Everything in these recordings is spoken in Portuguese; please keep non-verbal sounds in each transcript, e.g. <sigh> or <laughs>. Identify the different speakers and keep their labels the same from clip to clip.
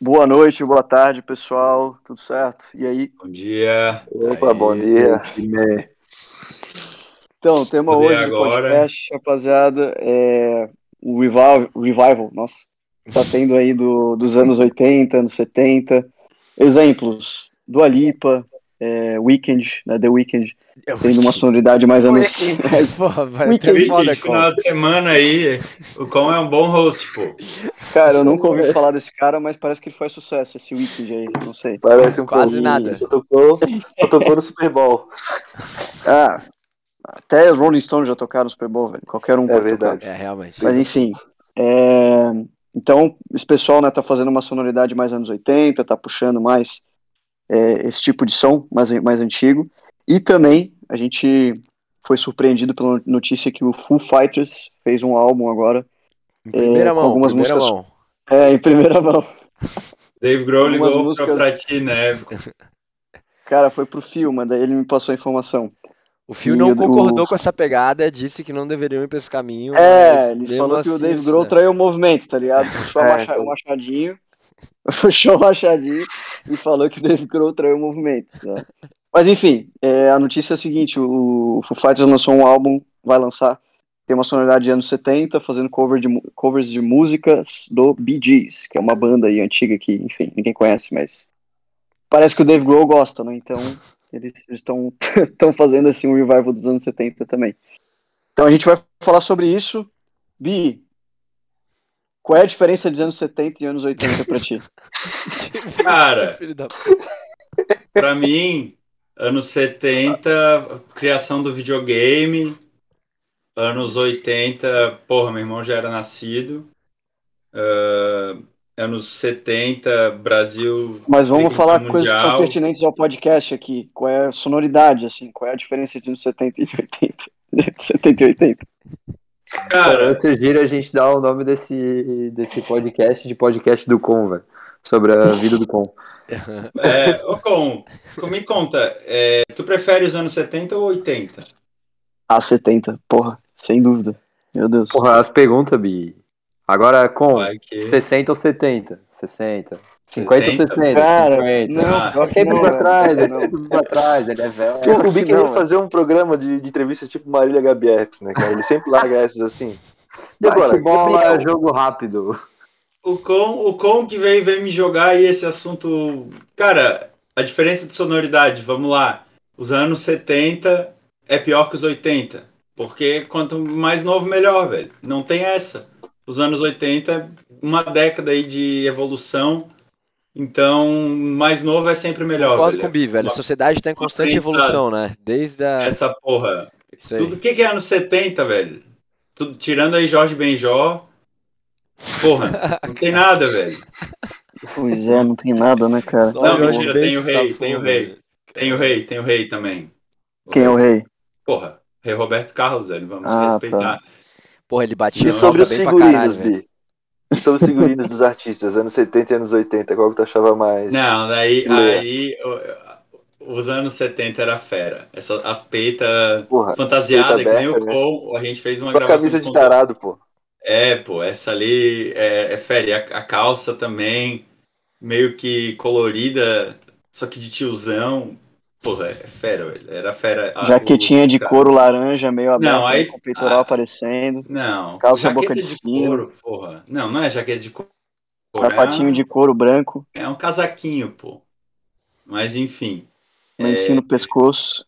Speaker 1: Boa noite, boa tarde, pessoal. Tudo certo? E aí?
Speaker 2: Bom dia.
Speaker 1: Opa, bom dia. Então, o tema
Speaker 2: Cadê
Speaker 1: hoje
Speaker 2: agora?
Speaker 1: do podcast, rapaziada, é o revival, revival nossa, que tá tendo aí do, dos anos 80, anos 70. Exemplos, Dua Lipa, é, Weekend, né, The Weekend,
Speaker 3: Eu
Speaker 1: tendo
Speaker 3: <laughs>
Speaker 1: uma é sonoridade mais anos...
Speaker 3: Pô, vai
Speaker 1: Weekend.
Speaker 3: ter um foda
Speaker 2: Vicky,
Speaker 3: com.
Speaker 2: final de semana aí, o Cão é um bom host, pô.
Speaker 1: Cara, eu nunca ouvi falar desse cara, mas parece que ele faz sucesso, esse Weekend aí, não sei.
Speaker 4: Parece um
Speaker 3: Quase
Speaker 4: pouquinho-
Speaker 3: nada.
Speaker 4: Só tocou, só tocou no Super Bowl.
Speaker 1: Ah, até os Rolling Stones já tocaram no Super Bowl, velho. Qualquer um
Speaker 4: É
Speaker 1: pode
Speaker 4: verdade.
Speaker 3: É, realmente.
Speaker 1: Mas enfim. é, Então, esse pessoal né, tá fazendo uma sonoridade mais anos 80, tá puxando mais é, esse tipo de som mais, mais antigo. E também a gente foi surpreendido pela notícia que o Foo Fighters fez um álbum agora.
Speaker 3: Em primeira
Speaker 1: é, com
Speaker 3: mão,
Speaker 1: algumas
Speaker 3: primeira
Speaker 1: músicas-
Speaker 3: mão.
Speaker 1: É, em primeira <laughs> mão.
Speaker 2: Dave Grohl
Speaker 1: Algumas
Speaker 2: ligou pra,
Speaker 1: músicas-
Speaker 2: pra ti, né?
Speaker 1: Cara, foi pro filme, daí ele me passou a informação.
Speaker 3: O Phil
Speaker 1: E
Speaker 3: não
Speaker 1: o-
Speaker 3: concordou com essa pegada, disse que não deveriam ir pra esse caminho. mas
Speaker 1: É, ele
Speaker 3: mesmo
Speaker 1: falou que o
Speaker 3: assim,
Speaker 1: Dave Grohl
Speaker 3: né?
Speaker 1: traiu o movimento, tá ligado? Puxou a
Speaker 4: É,
Speaker 1: macha-
Speaker 4: então.
Speaker 1: o machadinho, <laughs> puxou o machadinho e falou que o Dave Grohl traiu o movimento. né? Mas enfim, é, a notícia é a seguinte, o Foo Fighters lançou um álbum, vai lançar, tem uma sonoridade de anos 70, fazendo cover de, mu- covers de músicas do Bee Gees, que é uma banda aí antiga que, enfim, ninguém conhece, mas parece que o Dave Grohl gosta, né? Então eles <laughs> estão estão fazendo assim um revival dos anos 70 também. Então a gente vai falar sobre isso. Bi, qual é a diferença dos anos 70 e anos 80 pra ti?
Speaker 3: <laughs>
Speaker 2: Cara,
Speaker 3: Filho da-
Speaker 2: pra mim, anos 70, criação do videogame. Anos 80, porra, meu irmão já era nascido. Ah, anos 70, Brasil.
Speaker 1: Mas vamos
Speaker 2: Tem
Speaker 1: falar
Speaker 2: mundial.
Speaker 1: coisas que são pertinentes ao podcast aqui. Qual é a sonoridade, assim? Qual é a diferença entre anos 70 e <laughs> 80? 70 e 80.
Speaker 2: Cara,
Speaker 4: Cara, sugiro a gente dar o nome desse, desse podcast de podcast do Con, velho. Sobre a vida do Con.
Speaker 2: É, ô Com, me conta, é, tu prefere os anos 70 ou 80?
Speaker 1: Ah, 70, porra, sem dúvida. Meu Deus.
Speaker 4: Porra, as perguntas, Bi. Agora, Con,
Speaker 5: é
Speaker 2: Vai que-
Speaker 4: 60 ou 70? 60. 50 ou
Speaker 2: 70?
Speaker 4: 60?
Speaker 1: Cara,
Speaker 4: 50.
Speaker 1: não,
Speaker 2: Ah,
Speaker 1: pior
Speaker 4: É
Speaker 1: que
Speaker 4: sempre
Speaker 1: não,
Speaker 4: pra
Speaker 1: velho.
Speaker 4: trás, é
Speaker 1: Não.
Speaker 4: sempre pra trás, ele é velho.
Speaker 1: Pior que
Speaker 5: O Big
Speaker 1: não,
Speaker 5: queria
Speaker 1: velho.
Speaker 5: fazer um programa de, de entrevistas tipo Marília Gabriels, né, cara? Ele sempre larga essas assim.
Speaker 4: Bate
Speaker 5: Débora,
Speaker 4: bola,
Speaker 5: Gabriel,
Speaker 4: jogo rápido.
Speaker 2: O Com, o Com que veio, veio me jogar aí esse assunto. Cara, a diferença de sonoridade, vamos lá. Os anos 70 é pior que os 80. Porque quanto mais novo, melhor, velho. Não tem essa. Os anos 80 é uma década aí de evolução. Então, mais novo é sempre melhor.
Speaker 3: Concordo
Speaker 2: velho.
Speaker 3: com o Bi, velho. A sociedade tá em constante
Speaker 2: Aprendizado.
Speaker 3: evolução, né? Desde a.
Speaker 2: Essa porra.
Speaker 3: Isso
Speaker 2: Tudo
Speaker 3: aí.
Speaker 2: que que é anos 70, velho? Tudo, tirando aí Jorge Benjó. Porra, não
Speaker 3: <laughs>
Speaker 2: tem nada, velho.
Speaker 1: Pois é, não tem nada, né, cara?
Speaker 3: Só um
Speaker 2: Não,
Speaker 3: Jorge
Speaker 2: mentira,
Speaker 3: Ben
Speaker 2: tem o rei,
Speaker 3: Safo,
Speaker 2: tem o
Speaker 3: velho.
Speaker 2: Tem o rei, tem o rei também.
Speaker 1: Quem é o rei?
Speaker 2: Porra, rei Roberto Carlos, velho. Vamos
Speaker 1: Ah,
Speaker 2: respeitar.
Speaker 3: Porra, ele batia
Speaker 5: E
Speaker 2: Não,
Speaker 5: Tipo, sobre
Speaker 3: falta
Speaker 5: os
Speaker 3: tá bem pra caralho,
Speaker 5: figurinos,
Speaker 3: velho.
Speaker 5: Bi? E sobre os figurinos dos artistas, anos 70 e anos 80, qual que tu achava mais?
Speaker 2: Não, daí
Speaker 5: Lê.
Speaker 2: aí, o- os anos 70 era fera. Essa, as peitas
Speaker 5: Porra,
Speaker 2: fantasiadas, que
Speaker 5: peita
Speaker 2: nem o
Speaker 1: né?
Speaker 5: aberta,
Speaker 2: Cole, a gente fez uma
Speaker 5: com a
Speaker 2: gravação.
Speaker 5: camisa
Speaker 2: com-
Speaker 5: de tarado, pô.
Speaker 2: É, pô, essa ali é, é fera. E a, a calça também, meio que colorida, só que de tiozão. Porra, é fera, velho. Era fera. Ah,
Speaker 1: Jaquetinha
Speaker 2: o-
Speaker 1: de
Speaker 2: cara.
Speaker 1: couro laranja, meio aberto,
Speaker 2: Não, aí-
Speaker 1: com o peitoral
Speaker 2: ah.
Speaker 1: aparecendo,
Speaker 2: Não,
Speaker 1: Calça
Speaker 2: jaqueta
Speaker 1: boca de sino.
Speaker 2: couro, porra. Não, não é jaqueta de couro.
Speaker 1: sapatinho
Speaker 2: é,
Speaker 1: de couro branco,
Speaker 2: é um casaquinho, pô. Mas enfim.
Speaker 1: lencinho
Speaker 2: É.
Speaker 1: no pescoço.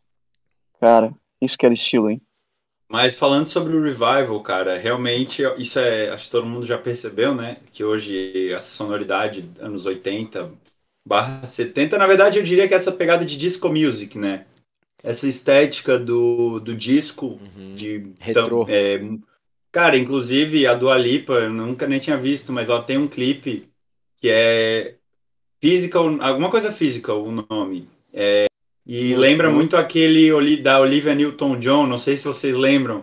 Speaker 1: Cara, isso que era estilo, hein?
Speaker 2: Mas falando sobre o revival, cara, realmente isso é, acho que todo mundo já percebeu, né? Que hoje essa sonoridade anos 80 barra 70, na verdade eu diria que é essa pegada de disco music, né? Essa estética do, do disco
Speaker 3: Uhum.
Speaker 2: de
Speaker 3: Retrô.
Speaker 2: tam- é, cara, inclusive a Dua Lipa, eu nunca nem tinha visto, mas ela tem um clipe que é Physical, alguma coisa física, o nome. É, e lembra muito aquele Oli- da Olivia Newton-John, não sei se vocês lembram,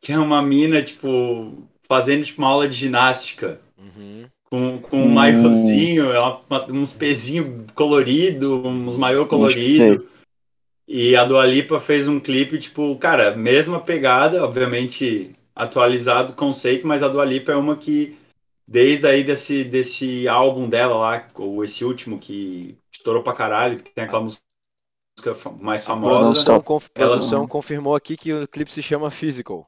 Speaker 2: que é uma mina, tipo, fazendo tipo, uma aula de ginástica.
Speaker 3: Uhum.
Speaker 2: Com, com um
Speaker 1: Hum.
Speaker 2: maiôzinho, ela- uma- uns pezinhos coloridos, uns maiô
Speaker 3: Hum,
Speaker 2: coloridos.
Speaker 1: Sei.
Speaker 2: E a Dua Lipa fez um clipe, tipo, cara, mesma pegada, obviamente atualizado o conceito, mas a Dua Lipa é uma que Desde aí desse, desse álbum dela lá, ou esse último que estourou pra caralho, que tem aquela música fa- mais famosa.
Speaker 1: Nossa.
Speaker 3: Produção, conf-
Speaker 2: Ela-
Speaker 3: produção confirmou aqui que o clipe se chama Physical.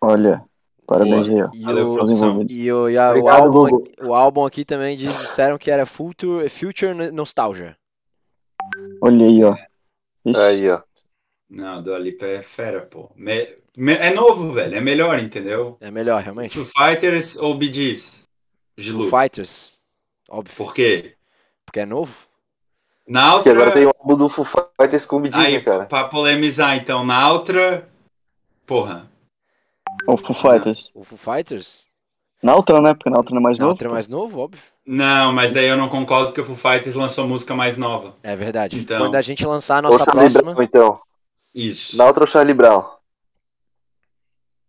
Speaker 1: Olha, parabéns aí, ó.
Speaker 3: E
Speaker 2: Valeu,
Speaker 3: o-
Speaker 1: aos
Speaker 2: produção.
Speaker 1: envolvidos.
Speaker 3: E o, e a- o
Speaker 4: Obrigado,
Speaker 3: álbum,
Speaker 4: Google.
Speaker 3: aqui- o álbum aqui também diz, disseram que era Future, Future Nostalgia.
Speaker 1: Olha aí, ó. Isso.
Speaker 5: Aí, ó.
Speaker 2: Não, Dua Lipa é fera, pô. Me- me- é novo, velho. É melhor, entendeu?
Speaker 3: É melhor, realmente.
Speaker 2: Foo Fighters ou Bee Gees? Gilu.
Speaker 3: Foo Fighters, óbvio,
Speaker 2: Por quê?
Speaker 3: porque é novo.
Speaker 2: Na
Speaker 5: Porque
Speaker 2: outra...
Speaker 5: agora tem o álbum do Foo Fighters com o Bee Gees,
Speaker 2: Aí,
Speaker 5: né, cara.
Speaker 2: pra polemizar, então, na outra... Porra.
Speaker 1: O Foo Fighters.
Speaker 3: O Foo Fighters,
Speaker 1: Na outra, né? Porque na outra não é mais
Speaker 3: na
Speaker 1: novo.
Speaker 3: outra é mais novo, óbvio.
Speaker 2: Não, mas daí eu não concordo porque o Foo Fighters lançou música mais nova.
Speaker 3: É verdade.
Speaker 2: Então.
Speaker 3: Quando a gente lançar a
Speaker 5: Ou
Speaker 3: nossa
Speaker 5: Charlie
Speaker 3: próxima,
Speaker 5: Brown, então.
Speaker 2: Isso.
Speaker 5: Na outra, o Charlie Brown.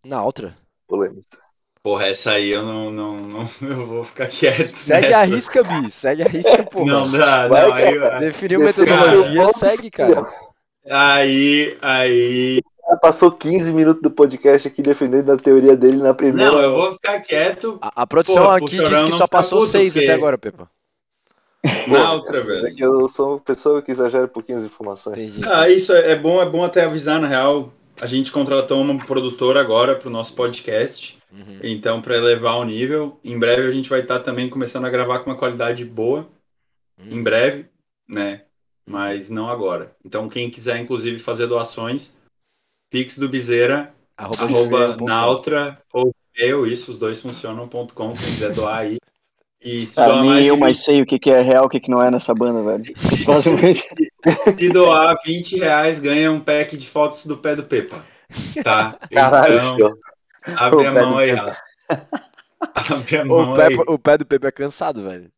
Speaker 3: na outra.
Speaker 5: Polêmica.
Speaker 2: Porra, essa aí eu não, não, não- <laughs> eu vou ficar quieto.
Speaker 3: Segue
Speaker 2: nessa.
Speaker 3: a risca, Bi, segue a risca, porra.
Speaker 2: Não dá,
Speaker 5: Vai, é
Speaker 2: não. Aí,
Speaker 3: Definiu
Speaker 5: Definiu.
Speaker 3: metodologia, segue, cara.
Speaker 2: aí, aí.
Speaker 5: Ela passou 15 minutos do podcast aqui defendendo a teoria dele na primeira.
Speaker 2: Não, eu vou ficar quieto
Speaker 3: A, a produção
Speaker 2: Porra,
Speaker 3: aqui
Speaker 2: pro Chorão
Speaker 3: diz que
Speaker 2: não
Speaker 3: só
Speaker 2: ficar
Speaker 3: passou
Speaker 2: puto,
Speaker 3: seis
Speaker 2: porque-
Speaker 3: até agora, Pepa.
Speaker 2: na outra, velho.
Speaker 5: É que eu sou uma pessoa que exagera um pouquinho as informações.
Speaker 3: Entendi.
Speaker 2: Ah, isso é é bom, é bom até avisar, na real. A gente contratou uma produtora agora pro nosso podcast.
Speaker 3: Uhum.
Speaker 2: Então, para elevar o nível, em breve a gente vai estar também começando a gravar com uma qualidade boa. em breve, né? Mas não agora. Então, quem quiser, inclusive, fazer doações, pix do Bizeira,
Speaker 3: Arroba, né?
Speaker 2: arroba
Speaker 3: gmail.com.
Speaker 2: Nautra ou eu, isso, os dois funcionam.com, quem quiser doar aí. E se
Speaker 1: Cara,
Speaker 2: doar, mais
Speaker 1: nem eu
Speaker 2: de
Speaker 1: mais sei o Então, que, que é real e o que, que não é nessa banda, velho. Vocês fazem um muito.
Speaker 2: 20, <laughs> se doar 20 reais, ganha um pack de fotos do pé do Pepa. Tá?
Speaker 4: Caralho,
Speaker 2: Então, abre a
Speaker 4: O pé
Speaker 2: mão
Speaker 4: do
Speaker 2: aí,
Speaker 4: Pepa.
Speaker 2: Rafa. Abre a mão
Speaker 3: O pé,
Speaker 2: aí.
Speaker 3: o pé do Pepe é cansado, velho.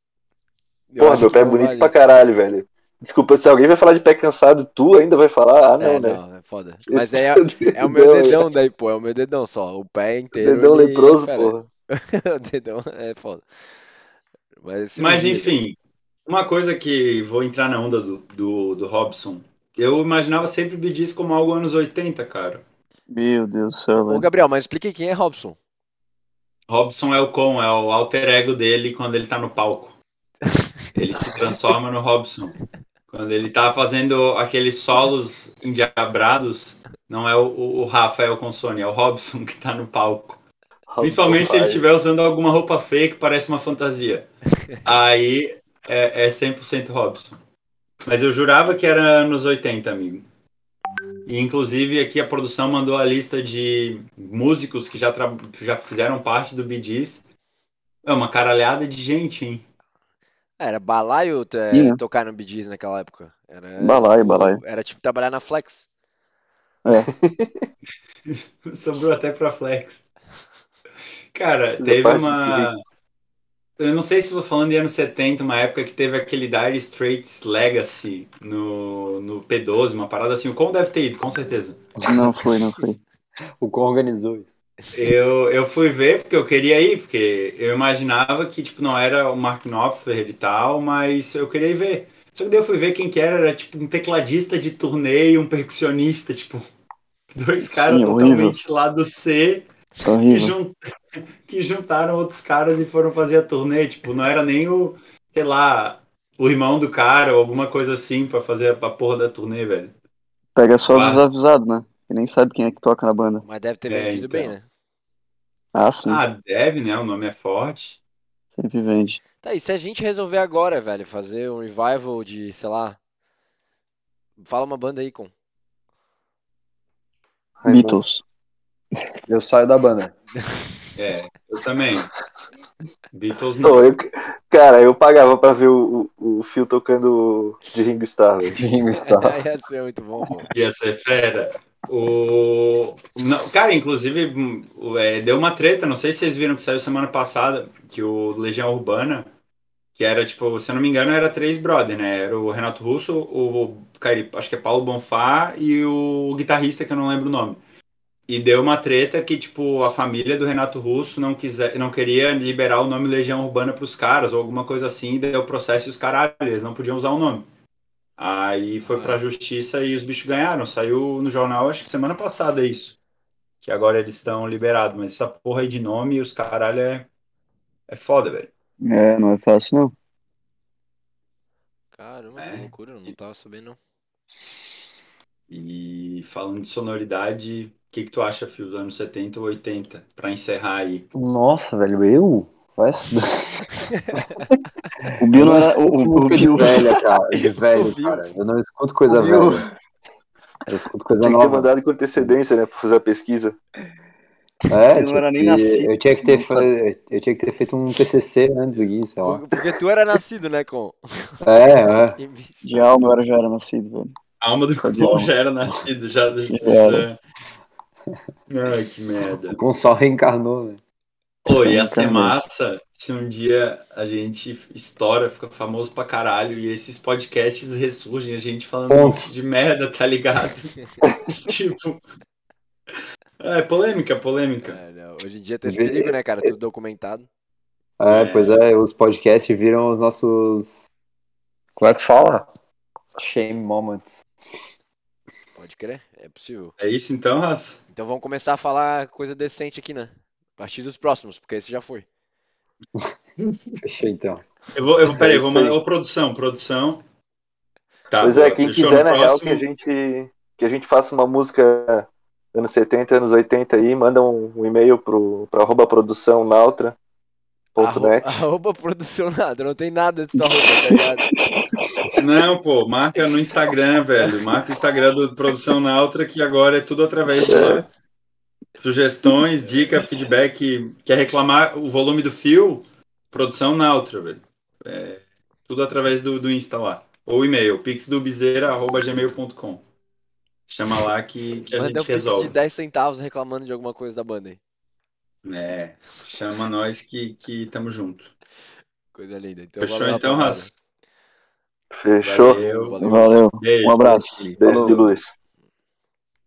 Speaker 3: Eu
Speaker 5: Pô,
Speaker 3: acho
Speaker 5: meu
Speaker 3: que
Speaker 5: pé é
Speaker 3: não
Speaker 5: bonito
Speaker 3: vale
Speaker 5: pra
Speaker 3: isso.
Speaker 5: caralho, velho. Desculpa, se alguém vai falar de pé cansado, tu ainda vai falar? Ah, não,
Speaker 3: É,
Speaker 5: né?
Speaker 3: não, é foda. Mas aí é, é o meu
Speaker 5: Não, é-
Speaker 3: dedão daí, pô. É o meu dedão só. O pé inteiro.
Speaker 5: Dedão
Speaker 3: ele-
Speaker 5: leproso,
Speaker 3: pera,
Speaker 5: porra.
Speaker 3: <laughs> o dedão é foda. Mas, assim,
Speaker 2: Mas
Speaker 3: cirurgia.
Speaker 2: enfim, uma coisa que vou entrar na onda do, do, do Robson. Eu imaginava sempre Bee Gees como algo anos 80, cara.
Speaker 1: <laughs> Meu Deus do céu,
Speaker 3: Ô,
Speaker 1: velho.
Speaker 3: Gabriel, mas explique quem é Robson.
Speaker 2: Robson é o com, é o alter ego dele quando ele tá no palco. Ele se transforma no Robson. Quando ele tá fazendo aqueles solos endiabrados, não é o, o Rafael Consone, é o Robson que tá no palco. Principalmente se ele estiver usando alguma roupa feia que parece uma fantasia. Aí é, é 100% Robson. Mas eu jurava que era anos 80, amigo. E inclusive aqui a produção mandou a lista de músicos que já, tra- já fizeram parte do Bee Gees. É uma caralhada de gente, hein?
Speaker 3: Ah, Era balaio é,
Speaker 1: Sim, né?
Speaker 3: tocar no Bee Gees naquela época. Era,
Speaker 1: Balaio, balaio.
Speaker 5: é.
Speaker 3: era tipo trabalhar na Flex.
Speaker 2: Sobrou até pra Flex. Cara,
Speaker 5: Tudo
Speaker 2: teve
Speaker 5: parte
Speaker 2: uma. Eu não sei se vou falando de anos 70, uma época que teve aquele Dire Straits Legacy no, no P12, uma parada assim. O Con deve ter ido, com certeza.
Speaker 1: Não foi, não foi.
Speaker 4: O Con organizou isso.
Speaker 2: Eu, eu fui ver porque eu queria ir, porque eu imaginava que tipo, não era o Mark Knopfler e tal, mas eu queria ir ver. Só que daí eu fui ver quem que era, era tipo um tecladista de turnê e um percussionista, tipo, <laughs> dois caras
Speaker 1: Sim, horrível.
Speaker 2: totalmente lá do C. que,
Speaker 1: Horrível.
Speaker 2: jun- <laughs> que juntaram outros caras e foram fazer a turnê. Tipo, não era nem o, sei lá, o irmão do cara ou alguma coisa assim pra fazer a porra da turnê, velho.
Speaker 1: Pega só
Speaker 2: Claro.
Speaker 1: os desavisados, né? Que nem sabe quem é que toca na banda.
Speaker 3: Mas deve ter
Speaker 2: É,
Speaker 3: vendido bem, né?
Speaker 1: Ah, sim.
Speaker 2: Ah, deve, né? O nome é forte.
Speaker 1: Sempre vende.
Speaker 3: Tá, e se a gente resolver agora, velho, fazer um revival de, sei lá. Fala uma banda aí, com.
Speaker 1: Beatles.
Speaker 4: Eu saio da banda.
Speaker 2: É, eu também. Beatles não.
Speaker 5: Pô, eu- cara, eu pagava pra ver o, o, o Phil tocando de Ringo Starr, velho.
Speaker 4: Ringo
Speaker 5: Tá.
Speaker 3: <laughs>
Speaker 4: Starr.
Speaker 3: Ia ser muito bom, pô.
Speaker 2: Ia ser é fera. O... Não, cara, inclusive, hum, o- é, deu uma treta, não sei se vocês viram que saiu semana passada, que o Legião Urbana, que era tipo, se eu não me engano, era três brother, né? Era o Renato Russo, o Cairi, acho que é Paulo Bonfá e o guitarrista, que eu não lembro o nome. E deu uma treta que, tipo, a família do Renato Russo não quiser, não queria liberar o nome Legião Urbana pros caras, ou alguma coisa assim, e deu processo e os caralho, eles não podiam usar o nome. Aí foi
Speaker 3: Ah.
Speaker 2: pra justiça e os bichos ganharam. Saiu no jornal, acho que semana passada isso. Que agora eles estão liberados, mas essa porra aí de nome e os caralho é, É foda, velho.
Speaker 1: É, não é fácil, não.
Speaker 3: Caramba, que
Speaker 2: É.
Speaker 3: loucura, eu não tava sabendo não.
Speaker 2: E falando de sonoridade, o que, que tu acha, Fio, dos anos 70 ou 80? Pra encerrar aí.
Speaker 4: Nossa, velho, eu? Vai <laughs> se um
Speaker 1: O Bill não era. O, o, o
Speaker 4: de
Speaker 1: Bill.
Speaker 4: velha, cara. <laughs> De velho,
Speaker 3: Ouviu?
Speaker 4: cara. Eu não escuto coisa
Speaker 1: Ouviu?
Speaker 4: velha. Eu escuto coisa
Speaker 5: Tem que ter
Speaker 4: nova.
Speaker 5: mandado com antecedência, né? Pra fazer a pesquisa.
Speaker 4: É,
Speaker 1: Eu não
Speaker 4: tinha
Speaker 1: era nem
Speaker 4: que-
Speaker 1: nascido.
Speaker 4: Eu tinha que ter, fe- eu tinha que ter feito um TCC antes aqui, sei lá.
Speaker 3: Por- Porque tu era nascido,
Speaker 2: <laughs>
Speaker 3: né, com?
Speaker 4: É, é.
Speaker 1: <laughs> De alma eu era- já era nascido, velho.
Speaker 2: A alma do
Speaker 1: Cadê
Speaker 2: Clon
Speaker 1: ela?
Speaker 2: já era nascido, já. já,
Speaker 1: Era.
Speaker 2: Ai, que merda.
Speaker 4: Com sol reencarnou, né?
Speaker 2: Pô, ia
Speaker 5: é
Speaker 2: ser
Speaker 1: Caramba.
Speaker 2: massa se um dia a gente estoura, fica famoso pra caralho e esses podcasts ressurgem, a gente falando um
Speaker 4: Ponto.
Speaker 2: monte de merda, tá
Speaker 5: <laughs>
Speaker 2: ligado? tipo. É, polêmica, polêmica.
Speaker 3: É, não, Hoje em dia tem esse perigo, né, cara? Tudo documentado.
Speaker 4: É,
Speaker 2: É.
Speaker 4: pois é, os podcasts viram os nossos. Como é que fala? Shame moments.
Speaker 3: Pode crer, é possível.
Speaker 2: É isso então, Raça?
Speaker 3: Então vamos começar a falar coisa decente aqui, né? A partir dos próximos, porque esse já foi.
Speaker 4: Fechei então.
Speaker 2: Eu vou, eu vou, peraí,
Speaker 5: É
Speaker 2: eu vou
Speaker 5: isso aí.
Speaker 2: mandar. Ô, produção, produção. Tá,
Speaker 5: pois é,
Speaker 2: boa,
Speaker 5: quem
Speaker 2: fechou
Speaker 5: quiser,
Speaker 2: no
Speaker 5: na real,
Speaker 2: próximo.
Speaker 5: que a gente, que a gente faça uma música anos 70, anos 80 aí, manda um, um e-mail pro, pra arroba produção nautra.net.
Speaker 3: Arroba, <laughs> arroba produção nada, não tem nada de sua roupa,
Speaker 2: <laughs>
Speaker 3: tá ligado?
Speaker 2: Não, pô, marca no Instagram, velho. Marca o Instagram do Produção Nautra, que agora é tudo através de sugestões, dica, feedback. Quer reclamar o volume do fio? Produção Nautra, velho. É, tudo através do, do Insta lá. Ou e-mail, pixdubizeira.gmail.com. Chama lá que a
Speaker 3: Manda um
Speaker 2: gente
Speaker 3: pix de
Speaker 2: resolve.
Speaker 3: 10 centavos reclamando de alguma coisa da banda aí.
Speaker 2: É, chama nós que, que tamo junto.
Speaker 3: Coisa linda. Então,
Speaker 2: Fechou
Speaker 3: valeu,
Speaker 2: então,
Speaker 3: rapaziada.
Speaker 2: Raça?
Speaker 5: Fechou.
Speaker 2: Valeu.
Speaker 3: Valeu.
Speaker 1: Valeu.
Speaker 2: Beijo.
Speaker 1: Um abraço.
Speaker 5: Beijo de luz.